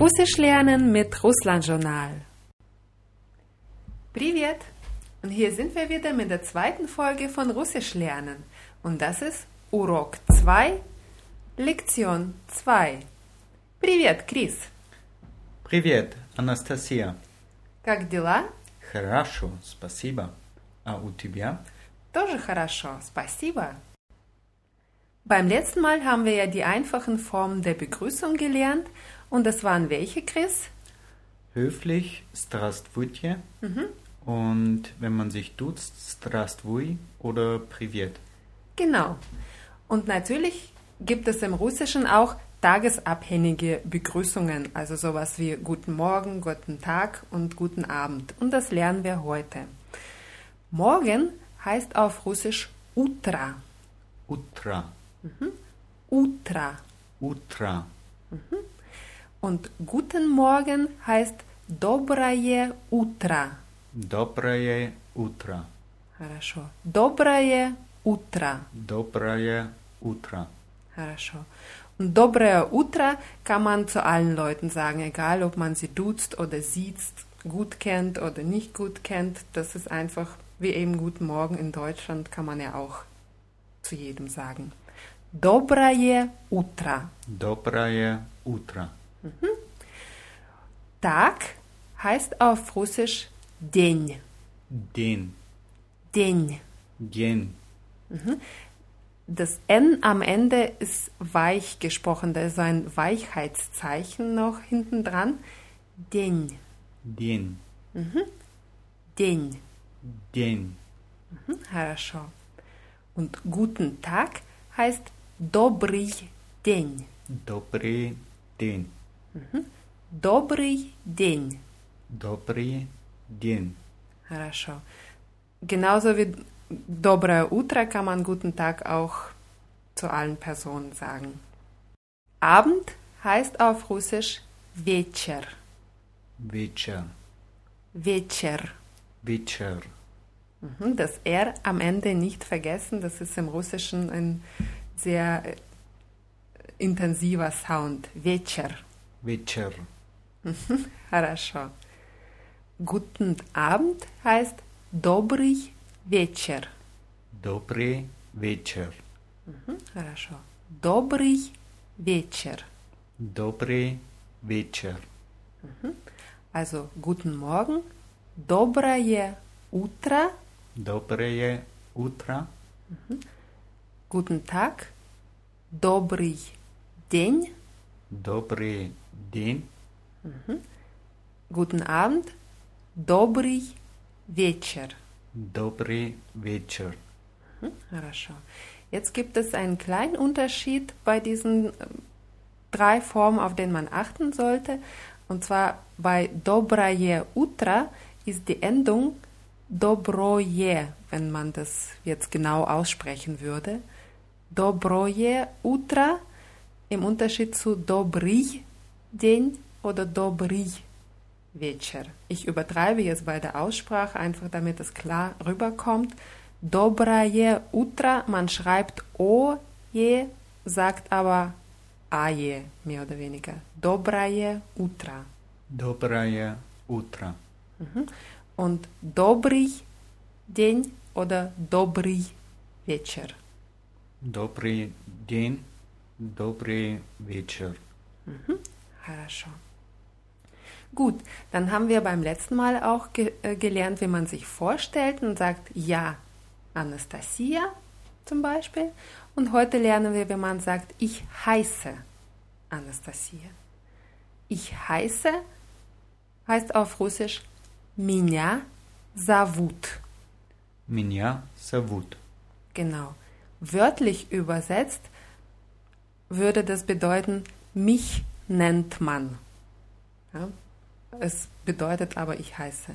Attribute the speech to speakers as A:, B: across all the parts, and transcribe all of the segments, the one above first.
A: Russisch lernen mit Russland Journal. Привет! Und hier sind wir wieder mit der zweiten Folge von Russisch lernen. Und das ist Урок 2, Lektion 2. Привет, Крис!
B: Привет, Анастасия.
A: Как дела?
B: Хорошо, спасибо. А у тебя?
A: Тоже хорошо, спасибо. Beim letzten Mal haben wir ja die einfachen Formen der Begrüßung gelernt. Und das waren welche, Chris?
B: Höflich, здравствуйте. Und wenn man sich duzt, здравствуй oder привет.
A: Genau. Und natürlich gibt es im Russischen auch tagesabhängige Begrüßungen, also sowas wie Guten Morgen, Guten Tag und Guten Abend. Und das lernen wir heute. Morgen heißt auf Russisch Utra.
B: Утро,
A: Utra.
B: утро,
A: Und Guten Morgen heißt Dobraje Utra.
B: доброе утро,
A: Хорошо. Доброе утро.
B: доброе утро.
A: Хорошо. Und Dobre Utra kann man zu allen Leuten sagen, egal ob man sie duzt oder siezt, gut kennt oder nicht gut kennt. Das ist einfach wie eben Guten Morgen in Deutschland, kann man ja auch zu jedem sagen. Dobraje Utra.
B: Доброе утро.
A: Tag heißt auf Russisch День.
B: День,
A: День.
B: день,
A: Das N am Ende ist weich gesprochen, da ist so ein Weichheitszeichen noch hinten dran. День.
B: день,
A: День.
B: день,
A: Хорошо. Und guten Tag heißt добрый день.
B: добрый день,
A: Добрый день.
B: добрый день,
A: Хорошо. Genauso wie доброе утро kann man guten Tag auch zu allen Personen sagen. Abend heißt auf Russisch вечер.
B: вечер,
A: Вечер.
B: вечер,
A: Mhm, Das R am Ende nicht vergessen, das ist im Russischen ein sehr äh, intensiver Sound. Вечер.
B: вечер,
A: Хорошо. Guten Abend heißt добрый вечер.
B: добрый вечер.
A: Хорошо. Добрый вечер.
B: Добрый вечер.
A: Also guten Morgen, доброе утро,
B: Доброе утро.
A: guten Tag, добрый день,
B: Добрый день.
A: guten Abend, добрый вечер.
B: Добрый вечер.
A: Хорошо. Jetzt gibt es einen kleinen Unterschied bei diesen äh, drei Formen, auf den man achten sollte. Und zwar bei Dobraje Utra ist die Endung Dobroje, wenn man das jetzt genau aussprechen würde. Dobroje Utra im Unterschied zu Dobri den oder Dobri Вечер. Ich übertreibe jetzt bei der Aussprache, einfach damit es klar rüberkommt. Доброе утро, man schreibt o je, sagt aber a je, mehr oder weniger. Доброе утро.
B: Доброе утро.
A: Und добрый день oder добрый вечер.
B: Добрый день. Добрый вечер.
A: Хорошо. Gut, dann haben wir beim letzten Mal auch ge äh, gelernt, wie man sich vorstellt und sagt Ja, Anastasia zum Beispiel. Und heute lernen wir, wie man sagt Ich heiße Anastasia. Ich heiße heißt auf Russisch Меня зовут.
B: Меня зовут.
A: Genau. Wörtlich übersetzt würde das bedeuten, mich nennt man. Ja? Es bedeutet aber, ich heiße.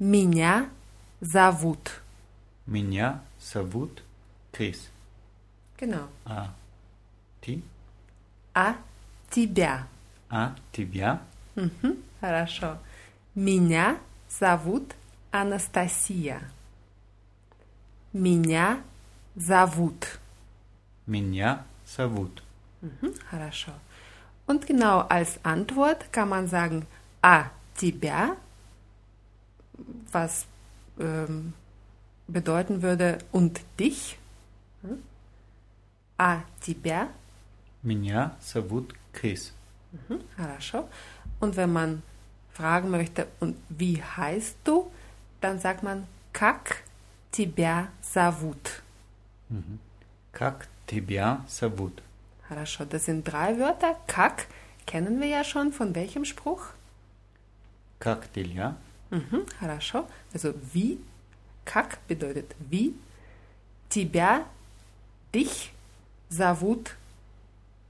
A: Меня зовут.
B: Меня зовут Крис.
A: Genau.
B: А ты?
A: А тебя.
B: А тебя?
A: Хорошо. Меня зовут Анастасия. Меня зовут.
B: Меня зовут.
A: Hm, Хорошо. Und genau als Antwort kann man sagen a тебя, was ähm, bedeuten würde und dich. Hm? А тебя,
B: Меня зовут Chris.
A: Hm, хорошо. Und wenn man fragen möchte, und wie heißt du, dann sagt man как тебя зовут.
B: Как тебя зовут?
A: Хорошо, das sind drei Wörter. Как kennen wir ja schon. Von welchem Spruch?
B: Как тебя?
A: Mhm, хорошо. Also wie, как bedeutet wie, тебя, dich, зовут,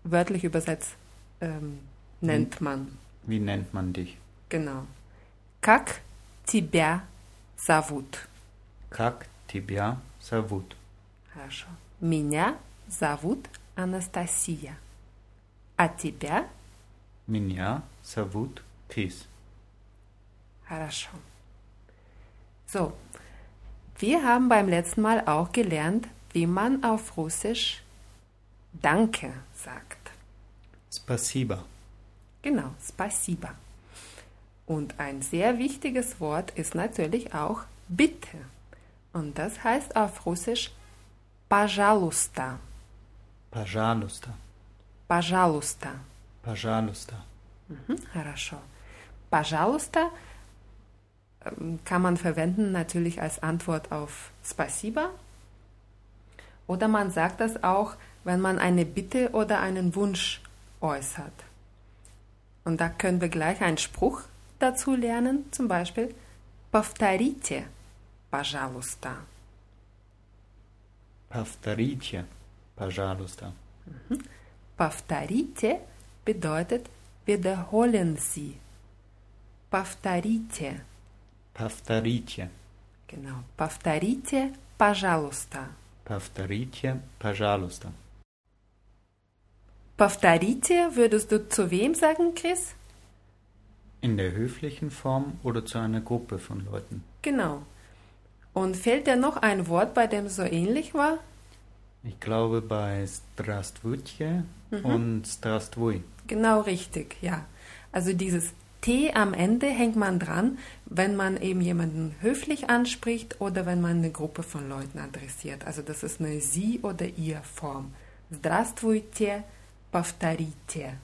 A: wörtlich übersetzt, ähm, nennt man.
B: Wie nennt man dich?
A: Genau. Как тебя зовут?
B: Как тебя зовут?
A: Хорошо. Меня зовут Анастасия. А тебя?
B: Меня зовут Chris.
A: Хорошо. So, wir haben beim letzten Mal auch gelernt, wie man auf Russisch Danke sagt.
B: Спасибо.
A: Genau, спасибо. Und ein sehr wichtiges Wort ist natürlich auch bitte. Und das heißt auf Russisch пожалуйста.
B: Пожалуйста.
A: Пожалуйста.
B: Пожалуйста.
A: Hm, Хорошо. Пожалуйста ähm, kann man verwenden natürlich als Antwort auf Спасибо. Oder man sagt das auch, wenn man eine Bitte oder einen Wunsch äußert. Und da können wir gleich einen Spruch dazu lernen, zum Beispiel Повторите, пожалуйста.
B: Повторите, пожалуйста.
A: Повторите bedeutet wiederholen Sie. Повторите.
B: Повторите.
A: Genau. Повторите, пожалуйста.
B: Повторите, пожалуйста.
A: Повторите würdest du zu wem sagen, Chris?
B: In der höflichen Form oder zu einer Gruppe von Leuten.
A: Genau. Und fällt dir noch ein Wort, bei dem es so ähnlich war?
B: Ich glaube bei Strastvutje und Strastvui.
A: Genau richtig, ja. Also dieses T am Ende hängt man dran, wenn man eben jemanden höflich anspricht oder wenn man eine Gruppe von Leuten adressiert. Also das ist eine Sie- oder Ihr-Form. Здравствуйте, повторите.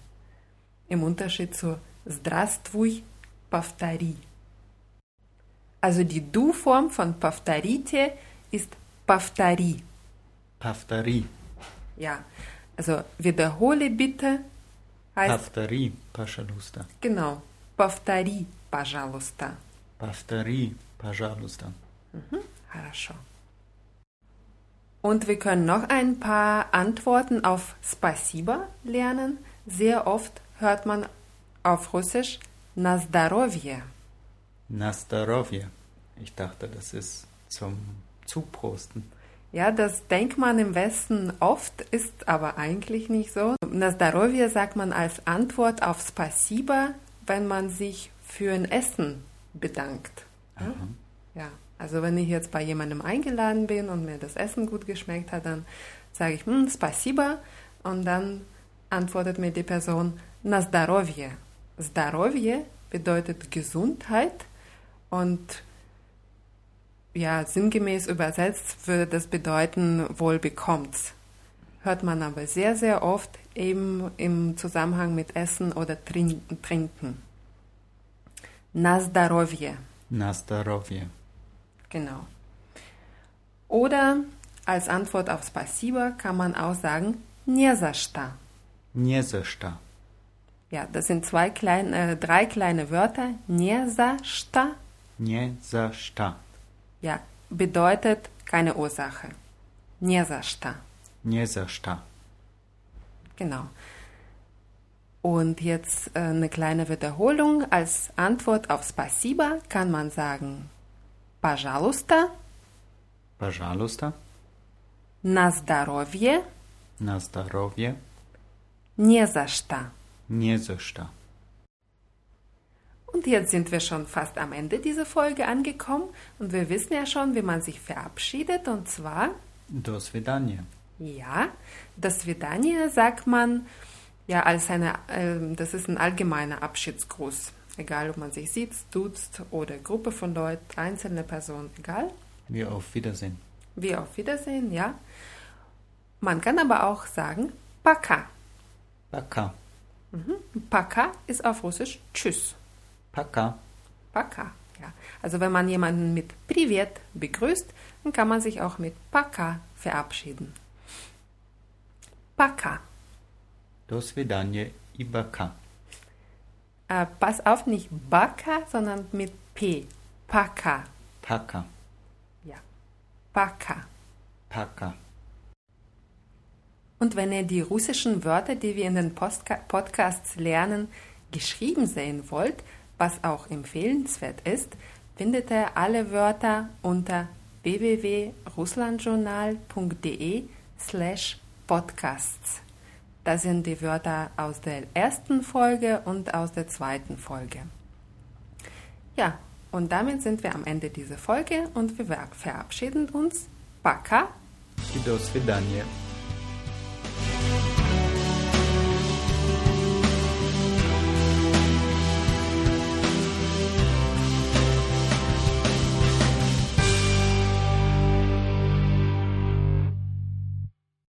A: Im Unterschied zu Здравствуй, повтори. Also die Du-Form von повторите ist повтори.
B: Pavtari.
A: Ja, also wiederhole bitte heißt
B: Pavtari, пожалуйста.
A: Genau. Повтори, пожалуйста.
B: Pavtari, пожалуйста.
A: Хорошо. Und wir können noch ein paar Antworten auf Спасибо lernen. Sehr oft hört man auf Russisch на здоровье.
B: На здоровье. Ich dachte, das ist zum Zuprosten.
A: Ja, das denkt man im Westen oft, ist aber eigentlich nicht so. На здоровье sagt man als Antwort auf Спасибо, wenn man sich für ein Essen bedankt. Ja? Ja, also wenn ich jetzt bei jemandem eingeladen bin und mir das Essen gut geschmeckt hat, dann sage ich "М, Спасибо und dann antwortet mir die Person на здоровье. Здоровье bedeutet Gesundheit und ja, sinngemäß übersetzt würde das bedeuten, wohl bekommt's. Hört man aber sehr, sehr oft eben im Zusammenhang mit Essen oder Trin Trinken. На здоровье,
B: На здоровье.
A: genau. Oder als Antwort auf Спасибо kann man auch sagen, не за что.
B: Не за что.
A: Ja, das sind zwei kleine, äh, drei kleine Wörter. Не за что,
B: Не за что.
A: ja, bedeutet keine Ursache. Не за что.
B: Не за что.
A: Genau. Und jetzt äh, eine kleine Wiederholung. Als Antwort auf Spasiba kann man sagen Пожалуйста,
B: Пожалуйста.
A: на здоровье,
B: На здоровье.
A: не за что.
B: Не за что.
A: Und jetzt sind wir schon fast am Ende dieser Folge angekommen und wir wissen ja schon, wie man sich verabschiedet und zwar
B: До свидания.
A: ja, das Vidania sagt man Ja, als eine, ähm, das ist ein allgemeiner Abschiedsgruß. Egal, ob man sich sieht, duzt oder Gruppe von Leuten, einzelne Person, egal.
B: Wie auf Wiedersehen.
A: Wie auf Wiedersehen, ja. Man kann aber auch sagen Paka.
B: Paka.
A: Paka ist auf Russisch Tschüss.
B: Paka.
A: Paka. Ja. Also wenn man jemanden mit Privet begrüßt, dann kann man sich auch mit Paka verabschieden. Paka.
B: До свидания и пока.
A: Äh, pass auf, nicht Baka, sondern mit P. Paka.
B: Пока.
A: Ja. Paka.
B: Пока.
A: Und wenn ihr die russischen Wörter, die wir in den Postka Podcasts lernen, geschrieben sehen wollt, was auch empfehlenswert ist, findet ihr alle Wörter unter www.russlandjournal.de slash podcasts. Da sind die Wörter aus der ersten Folge und aus der zweiten Folge. Ja, und damit sind wir am Ende dieser Folge und wir ver- verabschieden uns. Пока!
B: И до свидания.